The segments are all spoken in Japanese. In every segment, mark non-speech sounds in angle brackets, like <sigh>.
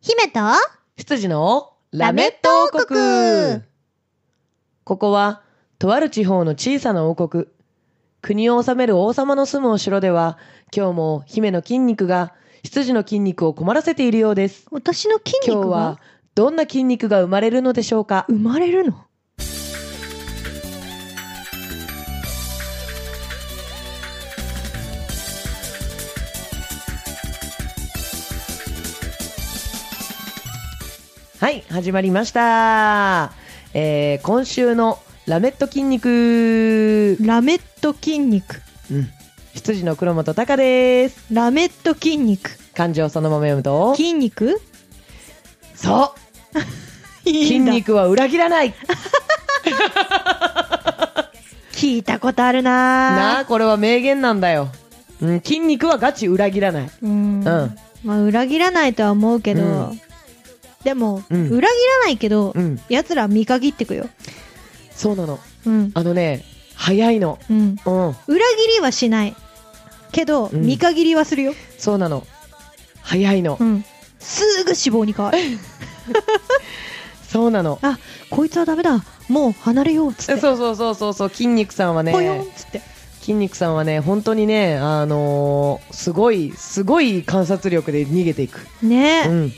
姫と羊のラメット王ラメット王国国ここはとある地方の小さな王国国を治める王様の住むお城では今日も姫の筋肉が羊の筋肉を困らせているようです私の筋今日肉がはどんな筋肉が生まれるのでしょうか生まれるのはい始まりました、えー、今週のラメット筋肉、ラメット筋肉うん、羊の黒本隆ですラメット筋肉漢字をそのまま読むと筋肉そういい筋んだ肉は裏切らない聞いたことあるななあこれは名言なんだよ、うん、筋肉はガチ裏切らないうん、うんまあ裏切らないとは思うけど、うんでも、うん裏切らないけど、うん奴らは見限ってくよそうなのうんあのね早いのうんうん裏切りはしないけど、うん見限りはするよ、そうなの早いの、うん、すぐ死亡に変わるそうなのこいつはダメだもう離れようっつえってそうそうそうそうそう筋肉さんはぽよんねっつって筋肉さんはね本当にねあのーすごいすごい観察力で逃げていくねうえん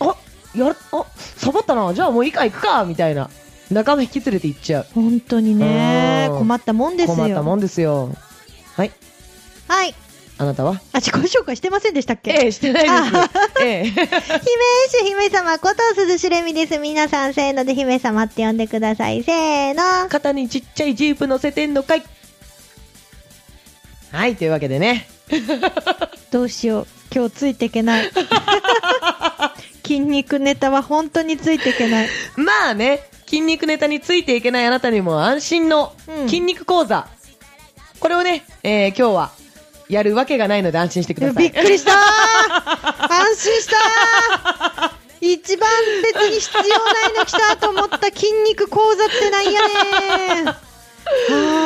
あやるあサボったなじゃあもういいか行くかみたいな仲間引き連れて行っちゃう本当にねうん困ったもんですよ困ったもんですよはいはいあなたはあ自己紹介してませんでしたっけ、ええしてないですええ姫主姫様こと鈴しれみです皆さんせーので姫様って呼んでくださいせーの肩にちっちゃいジープ乗せてんのかいはいというわけでねどうしよう今日ついていけない <laughs> 筋肉ネタは本当についていけないまあね筋肉ネタについていけないあなたにも安心のうん筋肉講座、これをね、えー今日はやるわけがないので安心してくださびっいくり <laughs> した安心した一番別に必要ないの来たと思った筋肉講座ってなんやね <laughs> んあ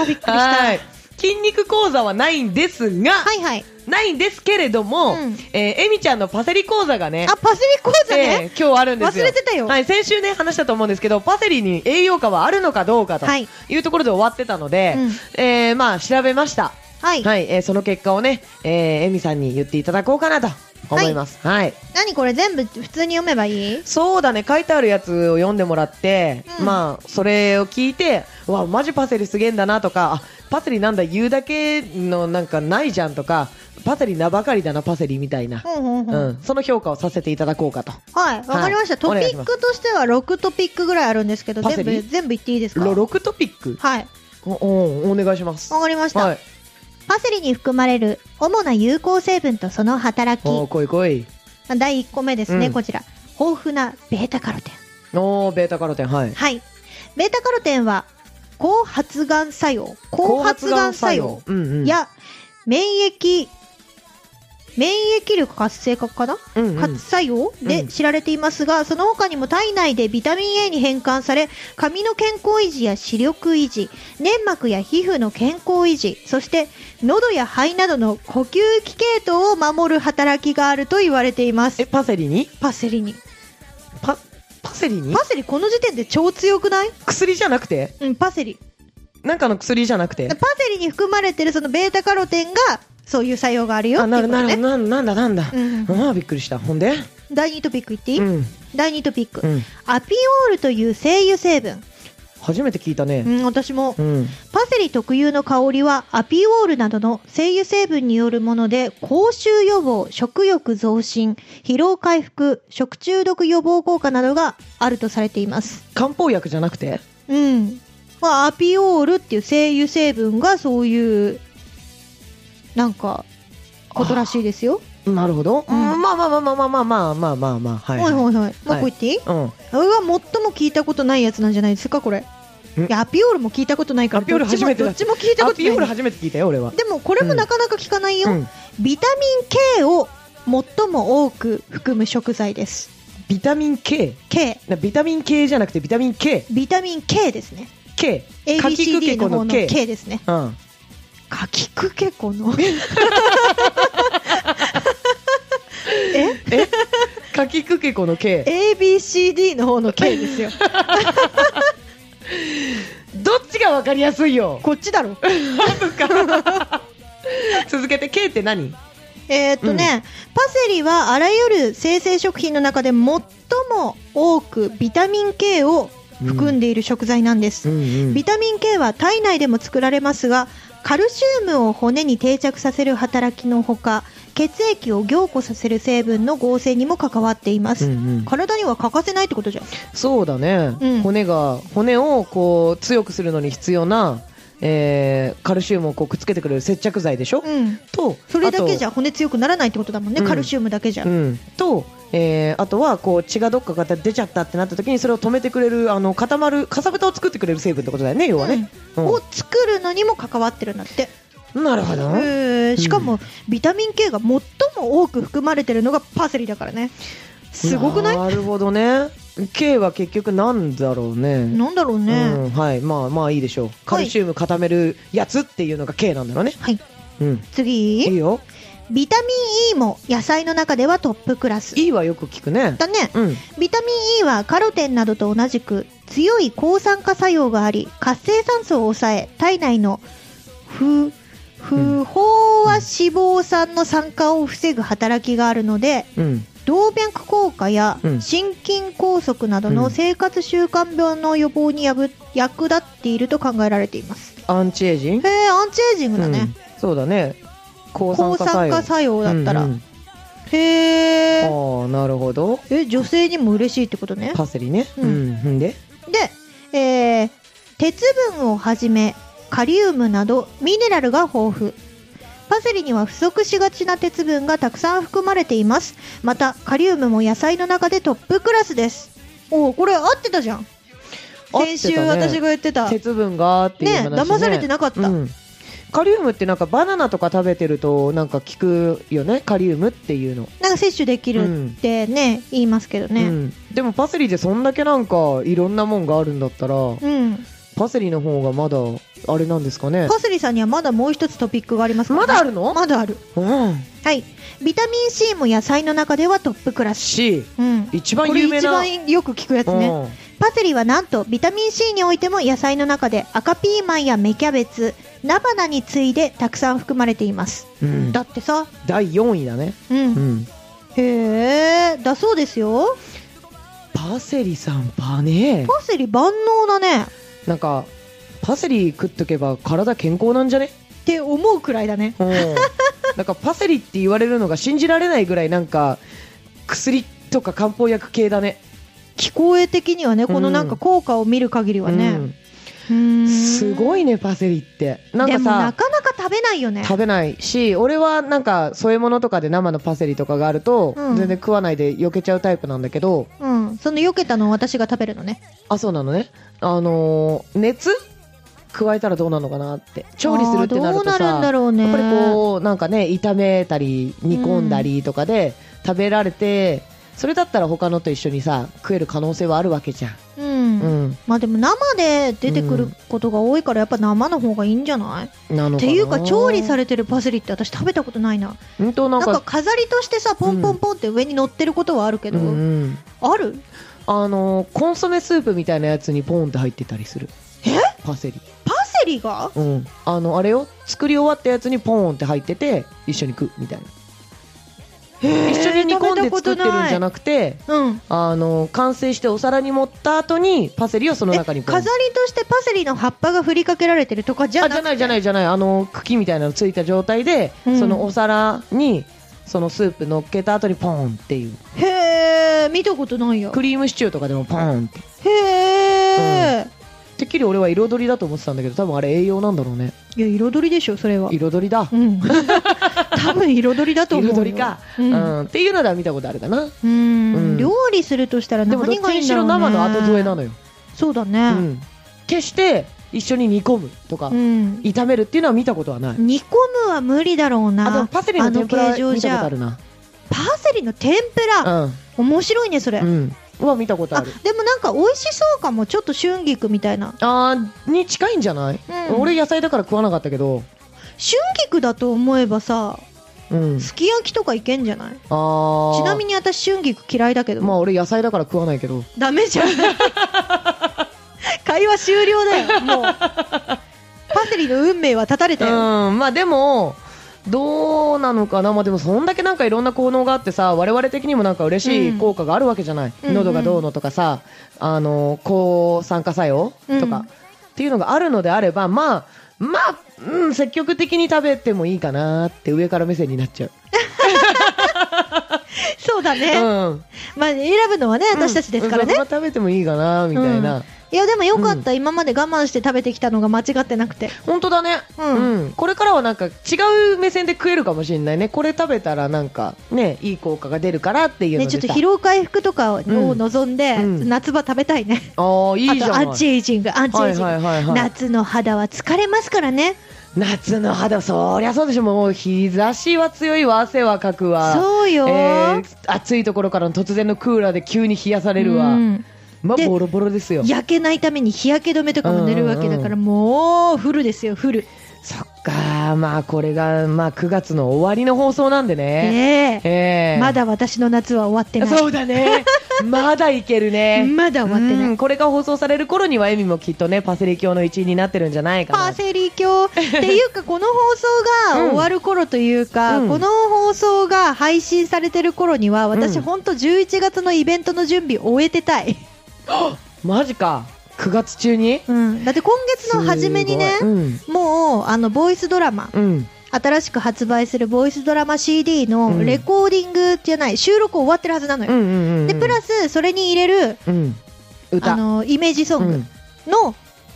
ーびっくりしたははいい筋肉講座はないんですが、はいないんですけれども、うんえーえみちゃんのパセリ講座がねあパセリ講座えねー今日あるんですよ忘れてたよはい、先週ね話したと思うんですけどパセリに栄養価はあるのかどうかとはいいうところで終わってたので、うんえーまあ調べましたはい、はい、えーその結果をね、えー、えみさんに言っていただこうかなと思います。はい。何これ全部普通に読めばいいそうだね、書いてあるやつを読んでもらって、うんまあ、それを聞いて、うわ、マジパセリすげえんだなとか、あ、パセリなんだ言うだけのなんかないじゃんとか、パセリ名ばかりだな、パセリみたいな。ほんほんほ、うんん、その評価をさせていただこうかと。はいわかりました、お願いトしピッますクとしては6トピックぐらいあるんですけどパ全セリ部全部言っていいですかろはい6トピックわおおお願いします。かりました、はい。パセリに含まれる主な有効成分とその働きおー、こいこい。第1個目ですね、うんこちら豊富なベータカロテンおー、ベータカロテン、はい。はいベータカロテンは抗発がん作用抗発がん作用うんうん。、や免疫免疫力活性化かな、うんうん、活作用でうん知られていますが、その他にも体内でビタミン A に変換され髪の健康維持や視力維持粘膜や皮膚の健康維持そして喉や肺などの呼吸器系統を守る働きがあると言われていますえ、パセリにパセリにパ、パセリにパセリこの時点で超強くない薬じゃなくてうんパセリなんかの薬じゃなくてパセリに含まれてるそのベータカロテンがそういう作用があるよっあ、ていなうこるとなるねなんなんだなんだ。うんうんああ、びっくりした。ほんで第2トピックいっていい、うん。第2トピック、うん。アピオールという精油成分、初めて聞いたうね。ん、私もうん。パセリ特有の香りはアピオールなどの精油成分によるもので口臭予防食欲増進疲労回復食中毒予防効果などがあるとされています漢方薬じゃなくてうん、まあ、アピオールっていう精油成分がそういうなんかことらしいですよなるほど。うんまあまあまあまあまあまあまあまあまあまあ。は。はいいはいはいもう一はい個言っていい、うん。俺は最も聞いたことないやつなんじゃないですかこれんいやアピオールも聞いたことないからアピオール初めてだどっちもどっちも聞いたアことピオールない初めて聞いたよ、俺は。でもこれもなかなか聞かないよ、うん。ビタミン K を最も多く含む食材です。ビタミン K。 K。なビタミン K じゃなくてビタミン K。ビタミン K ですね。 K。かきくけ ABCD この方のの K。 K ですね。 <laughs> うん。かきくけこの。かきくけこの K。 ABCD の方の K ですよどっちがわかりやすいよ。こっちだろ <laughs> 続けて K って何えーっとね、パセリはあらゆる生成食品の中で最も多くビタミン K を含んでいる食材なんです、ビタミン K は体内でも作られますがカルシウムを骨に定着させる働きのほか血液を凝固させる成分の合成にも関わっています、体には欠かせないってことじゃんそうだね、うん骨が骨をこう強くするのに必要な、えーカルシウムをこうくっつけてくれる接着剤でしょ、うんとそれだけじゃゃ骨強くならないってことだもんね、うんカルシウムだけじゃ、うん、と、えーあとはこう血がどっかから出ちゃったってなった時にそれを止めてくれるあの固まるかさぶたを作ってくれる成分ってことだよね要はね、うんうんを作るのにも関わってるんだってなるほど、へーしかもビタミン K が最も多く含まれてるのがパセリだからねすごくないなるほどね K は結局なんだろうねなんだろうね、うん、はいまあまあいいでしょうカルシウム固めるやつっていうのが K なんだろうねはいうんいい次よビタミン E も野菜の中ではトップクラス E はよく聞くねだねうんビタミン E はカロテンなどと同じく強い抗酸化作用があり活性酸素を抑え体内の不不飽和脂肪酸の酸化を防ぐ働きがあるのでうん動脈硬化やうん心筋梗塞などうのん生活習慣病の予防にやぶ役立っていると考えられています。アンチエイジンへえ、アンチエイジングだうねん。そうだね抗酸抗化作酸用化作用だったら。うんうんへあえ。ーなるほどえ、女性にも嬉しいってことね。パセリねううんんうんでで、えー鉄分をはじめ、カリウムなどミネラルが豊富。パセリには不足しがちな鉄分がたくさん含まれています。また、カリウムも野菜の中でトップクラスです。おお、これ合ってたじゃん。先週合ってたね私が言ってた。鉄分がっていうね話ね騙されてなかった、うんカリウムってなんかバナナとか食べてるとなんか効くよねカリウムっていうのなんか摂取できうるんってね、言いますけどうねんでもパセリでそんだけなんかいろんなもんがあるんだったらうん、パセリの方がまだあれなんですかねパセリさんにはまだもう一つトピックがありますからねまだあるのまだあるうんはいビタミン C も野菜の中ではトップクラス、 C うん、一こ番れ有名一な番よく聞くやつねうんパセリはなんとビタミン C においても野菜の中で赤ピーマンや芽キャベツ菜花に次いでたくさん含まれています、うんだってさ、第4位だね、うんうん、へえだそうですよパセリさんパねパセリ万能だねなんかパセリ食っとけば体健康なんじゃねって思うくらいだね <laughs> うんなんかパセリって言われるのが信じられないぐらいなんか薬とか漢方薬系だね聞こえ的にはねこのなんか効果を見る限りはね、うんすごいいねパセリってなんでかもなさかなか食べないよね食べないし俺はなんか添え物とかで生のパセリとかがあると、うん全然食わないで避けちゃうタイプなんだけどうんその避けたのを私が食べるのねあそうなのねあのー熱加えたらどうなのかなって調理するってなるとあーどうなるんださろうねやっぱりこうなんかね炒めたり煮込んだりとかで食べられて、それだったら他のと一緒にさ食える可能性はあるわけじゃん、う、んうんまあでも生で出てくることが多いからやっぱ生の方がいいんじゃない、なのっかなていうか調理されれてるパセリって私食べたことないな本当ななんんかか飾りとしてさポンポンポンって上に乗ってることはあるけど、うんうんあるあのーコンソメスープみたいなやつにポンって入ってたりするえパセリパセリがうん、あのあれを作り終わったやつにポーンって入ってて一緒に食うみたいな一緒に煮込んで作ってるんじゃななくてうんあの完成してお皿に盛った後にパセリをそのえ中飾りにポンあとしてパセリの葉っぱが振りかけられてるとかじじゃゃなくてないじゃないじゃないあの茎みたいなのついた状態で、うんそのお皿にそのスープ乗っけた後にポーンっていうへえ見たことないよクリームシチューとかでもポーンってへえ、てっきり俺は彩りだと思ってたんだけど多分あれ栄養なんだろうねいや彩りでしょそれは彩りだうん <laughs> 多分彩りだと思うよ彩りか、ううんん、っていうのでは見たことあるかなうんうん料理するとしたらで何もがどっちいいんにしだろろう、ね、生の後添えなのよそうだね決して一緒に煮込むとか、うん、炒めるっていうのは見たことはない、煮込むは無理だろうあでなもパセリの天ぷあらの形状見じたこゃとあるなパセリの天ぷら、面白いねそれ、うん、うん、は見たことああるでもなんか美味しそうかもちょっと春菊みたいな、あーに近いんじゃない、うん、俺野菜だから食わなかったけど春菊だと思えばさうん。すき焼きとかいけんじゃないああ。ちなみに私春菊嫌いだけど、まあ俺野菜だから食わないけど。ダメじゃん <laughs> 会話終了だよもうパセリの運命は断たれうたよ、ん。まあでも、どうなのかなまあでもそんだけなんかいろんな効能があってさ、我々的にもなんか嬉しうんい効果があるわけじゃない。うんうん喉がどうのとかさ、あの、抗酸化作用とうんか、っていうのがあるのであれば、まあ、まあ、うん、積極的に食べてもいいかなって上から目線になっちゃう。そうだね、うん。まあ選ぶのはね <laughs> 私たちですからね、うんそのまま食べてもいいかなみたいな、うんいやでもよかった、今まで我慢して食べてきたのが間違ってなくて本当だね、うんこれからはなんか違う目線で食えるかもしれないねこれ食べたらなんかねいい効果が出るからっていうのねでちょっとさ疲労回復とかをうん望んで、うん夏場食べたいねああいいじゃあないとアンチエイジングアンチエイジング、はいはいはいはい夏の肌は疲れますからね夏の肌そりゃそうでしょもう日差しは強いわ汗はかくわそうよーえー暑いところからの突然のクーラーで急に冷やされるわ、うんまあでボロボロですよ焼けないために日焼け止めとかも塗るわけだから、うんうもうフルですよフルそっかーまあこれがまあ9月の終わりの放送なんでね、ねええーまだ私の夏は終わってないそう <laughs> だね。まだいけるね。まだ終わってないうんこれが放送される頃にはエミもきっとね、パセリ教の一員になってるんじゃないかパな。セリ教っていうかこの放送が終わる頃というか、うんこの放送が配信されてる頃には私、うんほんと11月のイベントの準備終えてたい、マジか。9月中にうん、だって今月の初めにねすごいうん。もうあのボイスドラマうん。新しく発売するボイスドラマ CD のレコーディングじゃない収録終わってるはずなのうよ、んうんうん。でプラスそれに入れるス、うん。歌。あのイメージソンうグんの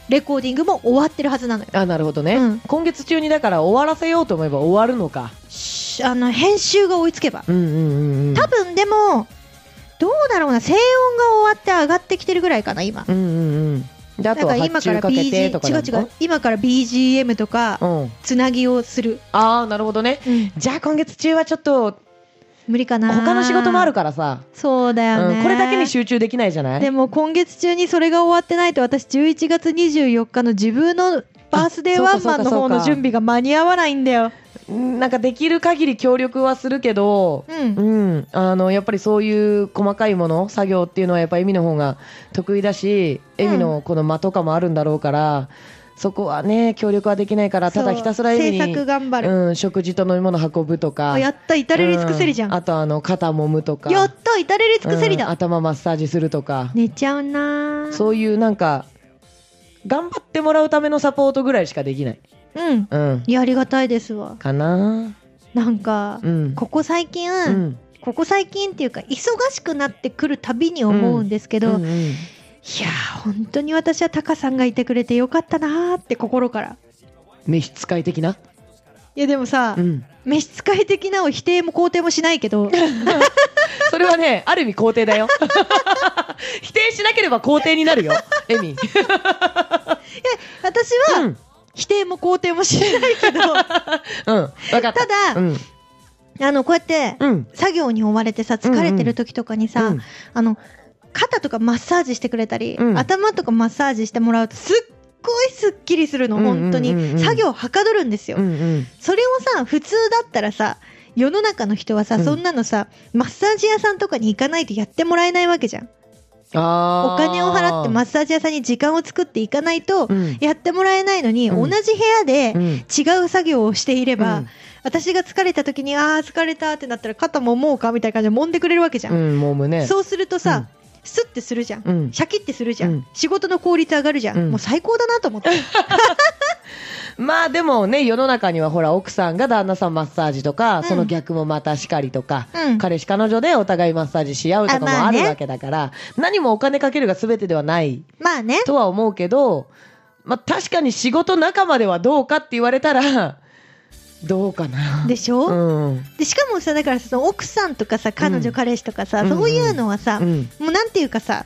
レコーディングも終わってるはずなのよあ、なるほどね、うん今月中にだから終わらせようと思えば終わるのか。しあの編集が追いつけばうんうんうんうん。多分でもどうだろうな静音が終わって上がってきてるぐらいかな今うんうんうん。で、あだとかはら今発から注かけ BG てとかなの違う違う今から BGM とかうん。つなぎをする、ああ、なるほどね。じゃあ今月中はちょっと無理かな他の仕事もあるからさ、そうだよね、うんこれだけに集中できないじゃないでも今月中にそれが終わってないと私11月24日の自分のバースデーワンマンの方の準備が間に合わないんだようんなんかできる限り協力はするけど、うんうん、あのやっぱりそういう細かいもの作業っていうのはやっぱエミの方が得意だし、うんエミのこの間とかもあるんだろうからそこはね協力はできないからただひたすらエミ制に作頑張る、うん、食事と飲み物運ぶとかやった至れり尽くせりじゃん、うあとあの肩揉むとかやった至れり尽くせりだ、うん頭マッサージするとか、寝ちゃうなーそういうなんか頑張ってもらうためのサポートぐらいしかできない、うんうん、いやありがたいですわかな、なんか、うんここ最近、うんここ最近っていうか忙しくなってくるたびに思うんですけど、ういんうんやー本当に私はタカさんがいてくれてよかったなーって心から召使い的な、いやでもさ、ん、召使い的なを否定も肯定もしないけ <laughs> どそれはねある意味肯定 <laughs> だよ否定しなければ肯定になるよエミ、私うはん否定も肯定もしないけどたうん分かっただ、うんあのこうやってうん作業に追われてさ疲れてる時とかにさ、うんあの肩とかマッサージしてくれたり、うん頭とかマッサージしてもらうとすっごいすっきりするのうんうんうんうん本当に、作業はかどるんですよ、うんうんそれをさ普通だったらさ世の中の人はさ、うんそんなのさマッサージ屋さんとかに行かないとやってもらえないわけじゃんあお金を払ってマッす、サージ屋さんに時間を作っていかないとうんやってもらえないのに、うん同じ部屋でうん違う作業をしていれば、うん私が疲れた時にああ疲れたってなったら肩ももうかみたいな感じで揉んでくれるわけじゃ、うんん、もむねそうするとさ、スッてするじゃん、うんシャキッてするじゃん、うん仕事の効率上がるじゃん、うんもう最高だなと思ってまあでもね世の中にはほら奥さんが旦那さんマッサージとうか、んその逆もまたしかりとか、うん <laughs> 彼氏彼女でお互いマッサージし合うとかもあまああねるわけだから、何もお金かけるが全てではないまあねとは思うけど、まあ、確かに仕事仲間ではどうかって言われたらどうかな。でしょ、うんでしかもさだからその奥さんとかさ彼女、うん彼氏とかさ、うんうんそういうのはさ、うんもうなんていうかさ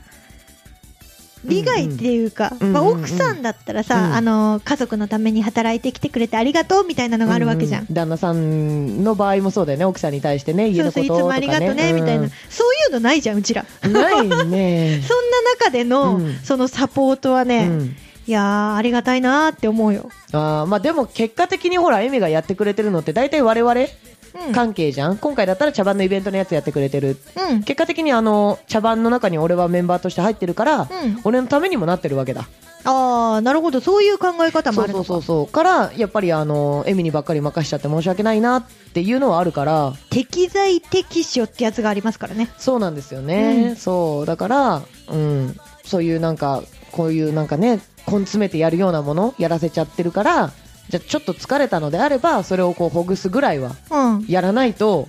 利害っていうか、うんうんまあ、うんうんうん奥さんだったらさ、うんあの家族のために働いてきてくれてありがとうみたいなのがあるわけじゃん、うう旦那さんの場合もそうだよね奥さんに対してね家そうのそこうといつともかありねがとうねみたいな、そういうのないじゃんうちらうんないね <laughs> そんな中での、うんそのサポートはね、うんいやーありがたいなーって思うよあーまあでも結果的にほらエミがやってくれてるのって大体我々うん関係じゃん、今回だったら茶番のイベントのやつやってくれてるうん結果的にあの茶番の中に俺はメンバーとして入ってるから、うん俺のためにもなってるわけだああなるほどそういう考え方もそあうるそのかうそうそうからやっぱりあのエミにばっかり任しちゃって申し訳ないなっていうのはあるから適材適所ってやつがありますからねそうなんですよね、うんそうだから、うん、そういうなんかこういうなんかね根詰めてやるようなものやらせちゃってるからじゃあちょっと疲れたのであればそれをこうほぐすぐらいはうんやらないと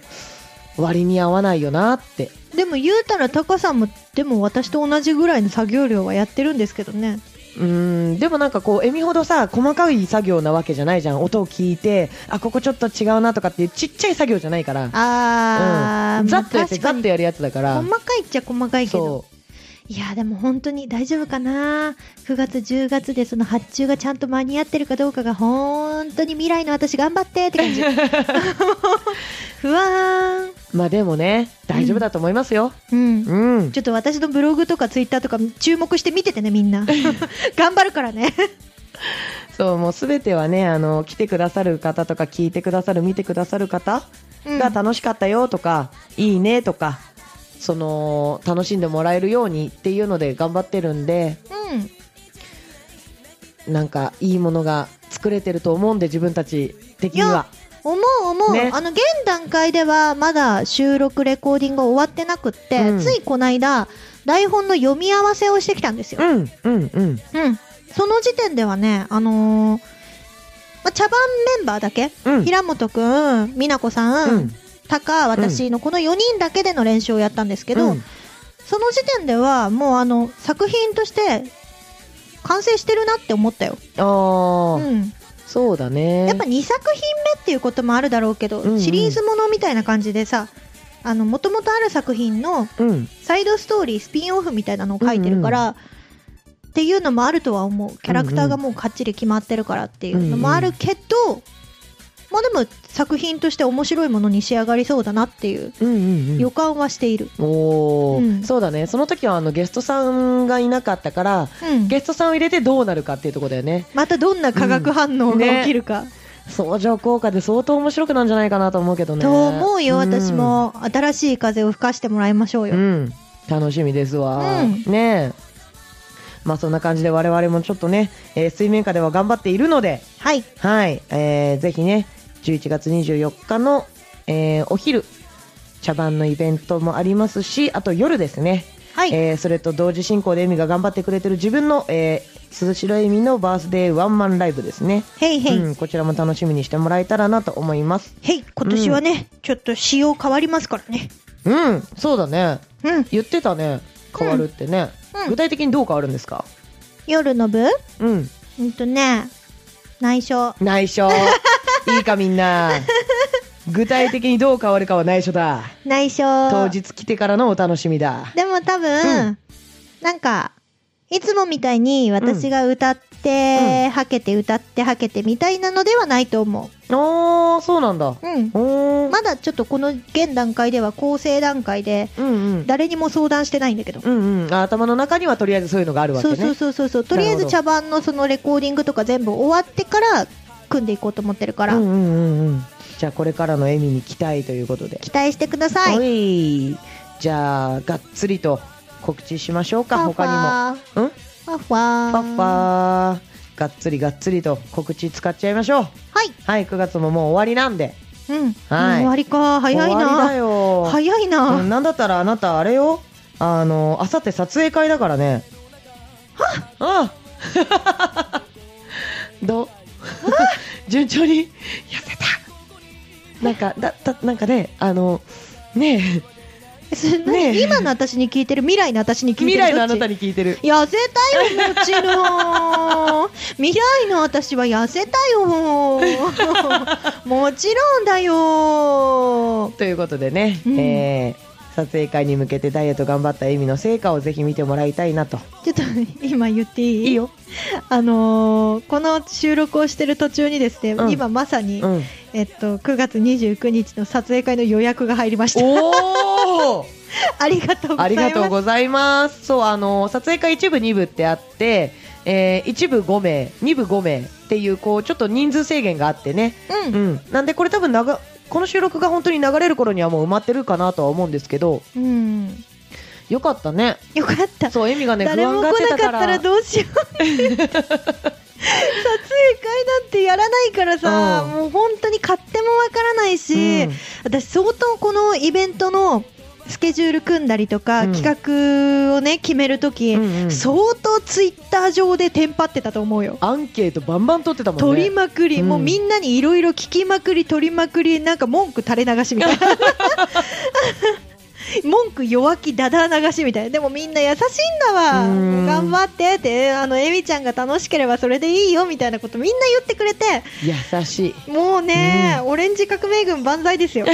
割に合わないよなってでも言うたらタカさんもでも私と同じぐらいの作業量はやってるんですけどねうんでもなんかこうエミほどさ細かい作業なわけじゃないじゃん音を聞いてあここちょっと違うなとかっていうちっちゃい作業じゃないからあー、うん、ざっとやって確ざかっにとやるやつだから細かいっちゃ細かいけどそういやでも本当に大丈夫かな9月10月でその発注がちゃんと間に合ってるかどうかが本当に未来の私頑張ってって感 <laughs> じ不安まあでもね大丈夫だと思いますよ、うんうん、ちょっと私のブログとかツイッターとか注目して見ててねみん <laughs> な頑張るからねそうもうすべてはねあの来てくださる方とか聞いてくださる見てくださる方うんが楽しかったよとか、いいねとかその楽しんでもらえるようにっていうので頑張ってるんでうんなんかいいものが作れてると思うんで自分たち的には思う思う、ねあの現段階ではまだ収録レコーディングが終わってなくって、うんついこの間台本の読み合わせをしてきたんですよ、うんうんうんうん、その時点ではね、あのーまあ、茶番メンバーだけ、うん平本くん、美奈子さん、うんタカ、私のこの4人だけでの練習をやったんですけど、うんその時点ではもうあの作品として完成してるなって思ったよ、あうあ、ん、そうだねやっぱ2作品目っていうこともあるだろうけど、うんうんシリーズものみたいな感じでさあの元々ある作品のうんサイドストーリースピンオフみたいなのを書いてるから、っていうのもあるとは思うキャラクターがもうかっちり決まってるからっていうのもあるけど、まあでも作品として面白いものに仕上がりそうだなっていううんうん予感はしている、うんおお、うんそうだねその時はあのゲストさんがいなかったからうん、ゲストさんを入れてどうなるかっていうところだよねまたどんな化学反応が起きるか、相乗効果で相当面白くなんじゃないかなと思うけどねと思うよ私、も新しい風を吹かしてもらいましょううんよ、うん楽しみですわ、うんねえまあそんな感じで我々もちょっとね、えー水面下では頑張っているのではいはい、えーぜひね、11月24日の、えーお昼、茶番のイベントもありますし、あと夜ですね、はい、えーそれと同時進行でエミが頑張ってくれてる自分の、えー、鈴代エミのバースデーワンマンライブですね、へいへい、うん、こちらも楽しみにしてもらえたらなと思います。へい今年はね、ちょっと仕様変わりますからねうん、そうだね、うん言ってたね、変わるってね、うんうん具体的にどう変わるんですか夜の部うん、うんとね内緒内 <laughs> 緒、いいかみんな。具体的にどう変わるかは内緒だ。内緒当日来てからのお楽しみだ。でも多分、うなんかいつもみたいに私が歌って、はけて歌ってはけてみたいなのではないと思ああ、そうなんだ。ううんうーん。まだちょっとこの現段階では構成段階でうんうん。誰にも相談してないんだけど、うんうん。あ頭の中にはとりあえずそういうのがあるわけそうね。そうそうそうそうとりあえず茶番のそのレコーディングとか全部終わってから組んでいこうと思ってるから、うんうんうんうん。じゃあこれからのエミに期待ということで。期待してくださいおい。じゃあがっつりと告知しましょうか。ファ他フにも。うん。ァファパッパー。がっつりがっつりと告知使っちゃいましょう。はいはい、9月ももう終わりなんで。うん、はいもう終わりか早い終わりだなよ。早いな、うんなんだったらあなたあれよあのあさって撮影会だからねは <laughs> うんどう <laughs> 順調に痩せたなんかだだなんかねあの <laughs> ねそれ何ねえ今の私に聞いてる未来の私にえ聞いてる未来のあなどたっちに聞いてる痩せたよもち <laughs> ろん未来の私は痩せたよもちろんだよということでね、うんえー撮影会に向けてダイエット頑張ったエミの成果をぜひ見てもらいたいなとちょっと今言っていいいいよ、あのーこの収録をしてる途中にですね、うん今まさに、うん、えっと、9月29日の撮影会の予約が入りましたおおありがとうございますありがとうございます。そう、あの、撮影会1部、2部ってあって、えー、1部5名、2部5名っていう、こう、ちょっと人数制限があってね。うんうん。なんで、これ多分長、この収録が本当に流れる頃にはもう埋まってるかなとは思うんですけどうんよかったねよかったそうエミがね不誰安もがっ来てなたかっからたらどうしよう <laughs> 撮影会なんてやらないからさ、うんもう本当に勝手もわからないし、うん私相当このイベントのスケジュール組んだりとか、うん企画をね決めるとき、うんうん相当ツイッター上でテンパってたと思うよアンケートバンバン取ってたもんね取りまくり、うんもうみんなにいろいろ聞きまくり取りまくりなんか文句垂れ流しみたい <laughs> な文句弱気だだ流しみたいなでもみんな優しいんだわうん頑張ってってあのエミちゃんが楽しければそれでいいよみたいなことみんな言ってくれて優しいもうね、オレンジ革命軍万歳です <laughs> よ、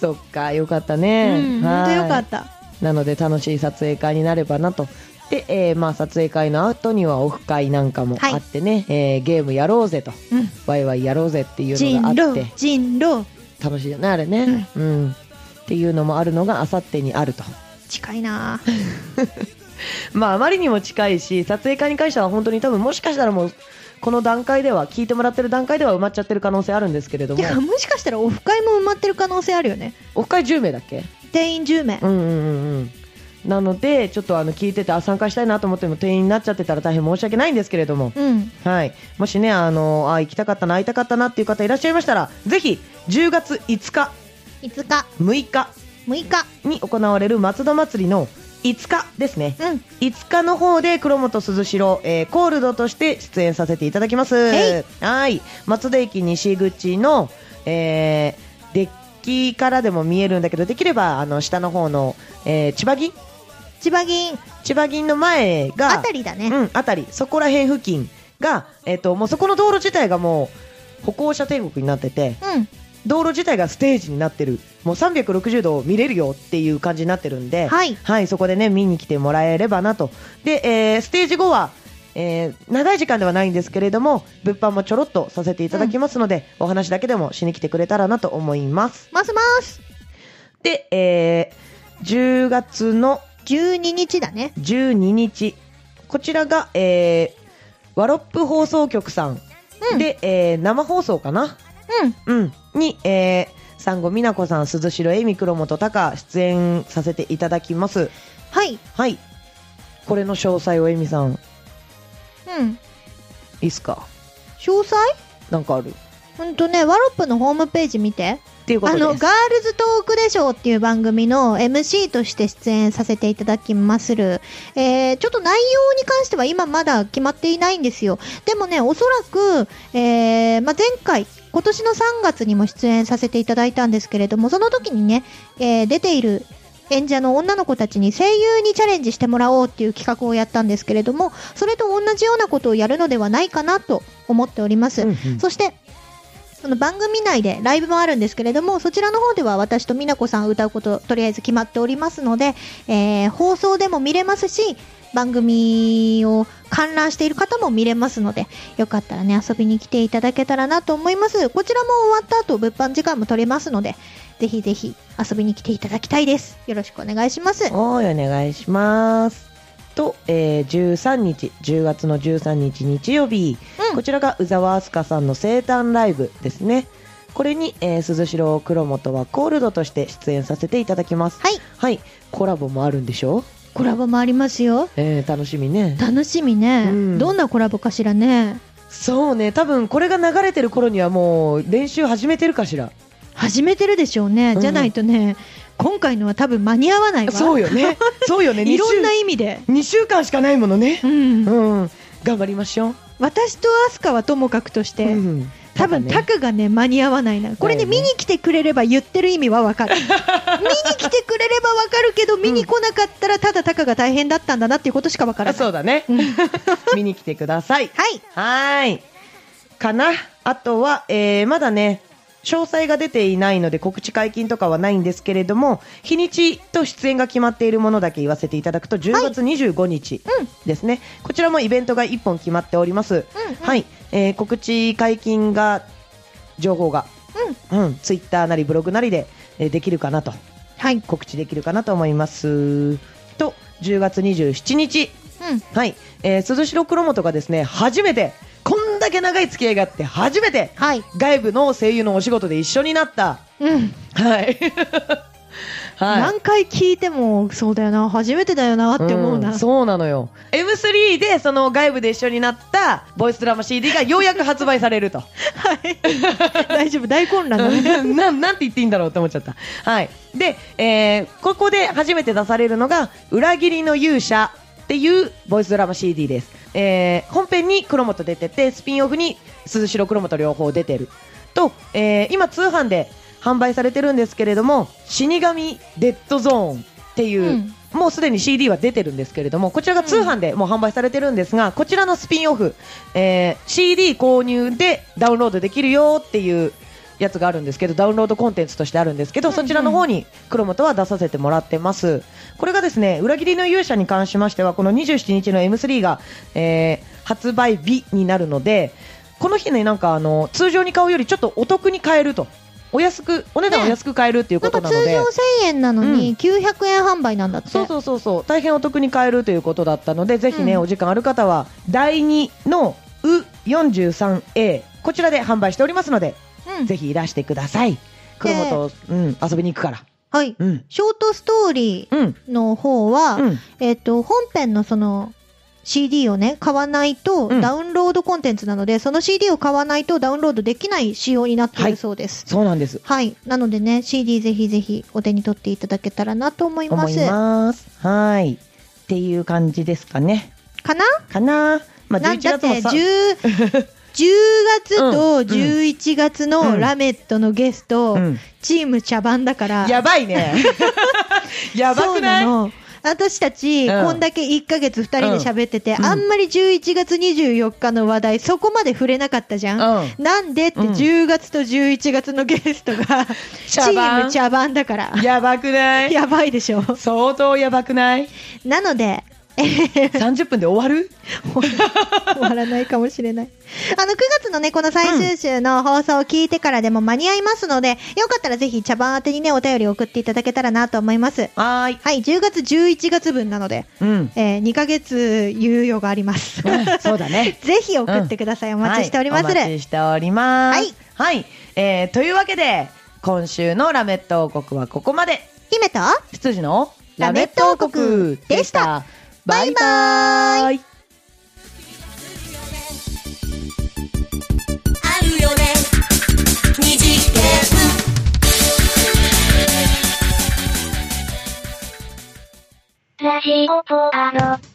そっかよかったうね、ん、本当よかったたなので楽しい撮影会になればなとで、えーまあ、撮影会の後にはオフ会なんかもはいあってね、えーゲームやろうぜとうんワイワイやろうぜっていうの人があっ狼て人狼楽しいよねあれねうん、っていうのもあるのがあさってにあると近いなまああまりにも近いし撮影会に関しては本当に多分もしかしたらもうこの段階では聞いてもらってる段階では埋まっちゃってる可能性あるんですけれどてもかもしかしたらオフ会も埋まってる可能性あるよねオフ会10名だっけ定員10名うんうんうんうんなのでちょっとあの聞いててあ参加したいなと思っても定員になっちゃってたら大変申し訳ないんですけれども、うんはい、もしねあのあ行きたかったな会いたかったなっていう方いらっしゃいましたらぜひ10月5日5日6日6日に行われる松戸祭りの5日ですねうん5日の方で黒本鈴代、えーコールドとして出演させていただきますへいはい松戸駅西口の、えーデッキからでも見えるんだけどできればあの下の方の、えー千葉銀千葉銀千葉銀の前があたりだね、うん、あたりそこら辺付近が、えっともうそこの道路自体がもう歩行者天国になっててうん道路自体がステージになってるもう360度見れるよっていう感じになってるんで、はいそこでね見に来てもらえればなとで、えーステージ後は、えー長い時間ではないんですけれども物販もちょろっとさせていただきますので、お話だけでもしに来てくれたらなと思いますますますで、えー10月の12日だね12日こちらが、えーワロップ放送局さんうんで、えー生放送かな、うんうん、に、えー、産後美奈子さん鈴代恵美黒本隆出演させていただきますはいはいこれの詳細を恵美さんいうんいっすか詳細なんかあるっほんとねワロップのホームページ見てていうこあとのガーですルズトークでしょうっていう番組の MC として出演させていただきまする、えーちょっと内容に関しては今まだ決まっていないんですよでもねおそらく、えーまあ、前回今年の3月にも出演させていただいたんですけれどもその時にね、えー出ている演者の女の子たちに声優にチャレンジしてもらおうっていう企画をやったんですけれどもそれと同じようなことをやるのではないかなと思っております、うんうんそして、その番組内でライブもあるんですけれども、そちらの方では私と美奈子さん歌うこと、とりあえず決まっておりますので、えー放送でも見れますし、番組を観覧している方も見れますので、よかったらね、遊びに来ていただけたらなと思います。こちらも終わった後、物販時間も取れますので、ぜひぜひ遊びに来ていただきたいです。よろしくお願いします。はいお願いしますと、えー13日10月の13日日曜日うんこちらが宇沢明日香さんの生誕ライブですねこれに、えー、鈴代黒本はコールドとして出演させていただきますはい、はいコラボもあるんでしょ、コラボもありますよ。えー、楽しみね楽しみね。うんどんなコラボかしらね。そうね多分これが流れてる頃にはもう練習始めてるかしら始めてるでしょうね、うんじゃないとね今回のは多分間に合わないわそうよねそ <laughs> うよねい2ろんな週意味で、 2週間しかないものねうんうん頑張りましょう、私とアスカはともかくとして、うん、多分たタだねクがね間に合わないなこれねだよ見ねに来てくれれば言ってる意味はわか <laughs> る見に来てくれればわかるけど見に来なかったらただタカが大変だったんだなっていうことしかわからあない、そうだね <laughs> 見に来てくださいはいはーい。かな。あとは、えー、まだね、詳細が出ていないので告知解禁とかはないんですけれども、日にちと出演が決まっているものだけ言わせていただくと、10月25日うんですね。こちらもイベントが1本決まっております。はい。えー、告知解禁が、情報が、うん、ツイッターなりブログなりで、えーできるかなと、はい、うん告知できるかなと思います。と、10月27日、はい、えー、鈴代黒本がですね、初めて、こんだけ長い付き合いがあって初めてはい。外部の声優のお仕事で一緒になった。うん。はい。 <laughs> はい。何回聞いても、そうだよな、初めてだよなって思うな。んそうなのよ。M3 でその外部で一緒になったボイスドラマ CD がようやく発売されると。はい。 <laughs> 大丈夫、大混乱だね。 <laughs> ななんて言っていいんだろうって思っちゃった。はい。で、えーここで初めて出されるのが、裏切りの勇者っていうボイスドラマ CD です。えー本編に黒本出てて、スピンオフに鈴代黒本両方出てる。と、えー今通販で販売されてるんですけれども、死神デッドゾーンっていう、うんもうすでに CD は出てるんですけれども、こちらが通販でもう販売されてるんですが、こちらのスピンオフ、えー CD 購入でダウンロードできるよっていうやつがあるんですけど、ダウンロードコンテンツとしてあるんですけど、うんうんそちらの方に黒本は出させてもらってます。これがですね、裏切りの勇者に関しましては、この27日の M3 が、えー発売日になるので、この日ね、なんかあの、通常に買うよりちょっとお得に買えると。お安く、お値段をね安く買えるっていうなこんとか通なので。常1000円なのに、900円販売なんだって。そうそうそうそう大変お得に買えるということだったのでぜひね、うんお時間ある方は第2の「う 43A」こちらで販売しておりますので、うんぜひいらしてください黒本、うん、遊びに行くからはい。うんショートストーリうんーの方は、うんえっ、と、本編のその、CD をね、買わないとうんダウンロードコンテンツなので、その CD を買わないとダウンロードできない仕様になっていはるいそうです。そうなんですはい。なのでね、CD ぜひぜひお手に取っていただけたらなと思いま思す。いますはいっていう感じですかねかなかなまあな11んだっ月てもさ10 10月とうん11月うのんラメットのゲスト、うんチーム茶番だから。 <laughs> やばい <laughs> ねやばそうくなないの。私たち、うんこんだけ1ヶ月2人で喋ってて、うんあんまり11月24日の話題、そこまで触れなかったじゃん。うなんでって、うん10月と11月のゲストが、チ <laughs> 茶番ーム茶番だから。やばくないやばいでしょ。相当やばく <laughs> ないなので、えへへ30分で終わる終わらないかもしれない。あの、9月のね、この最終週の放送を聞いてからでも間に合いますので、よかったらぜひ茶番宛てにね、お便り送っていただけたらなと思います。はーい。はい、10月11月分なので、うん。えー、2ヶ月猶予があります。そうだね。 <laughs> ぜひ送ってください。お待ちしております。はい、お待ちしております。はい。はい。えー、というわけで、今週のラメット王国はここまで。姫と羊のラメット王国でした。バイバーイ。あるよね二次元ラジオポアド。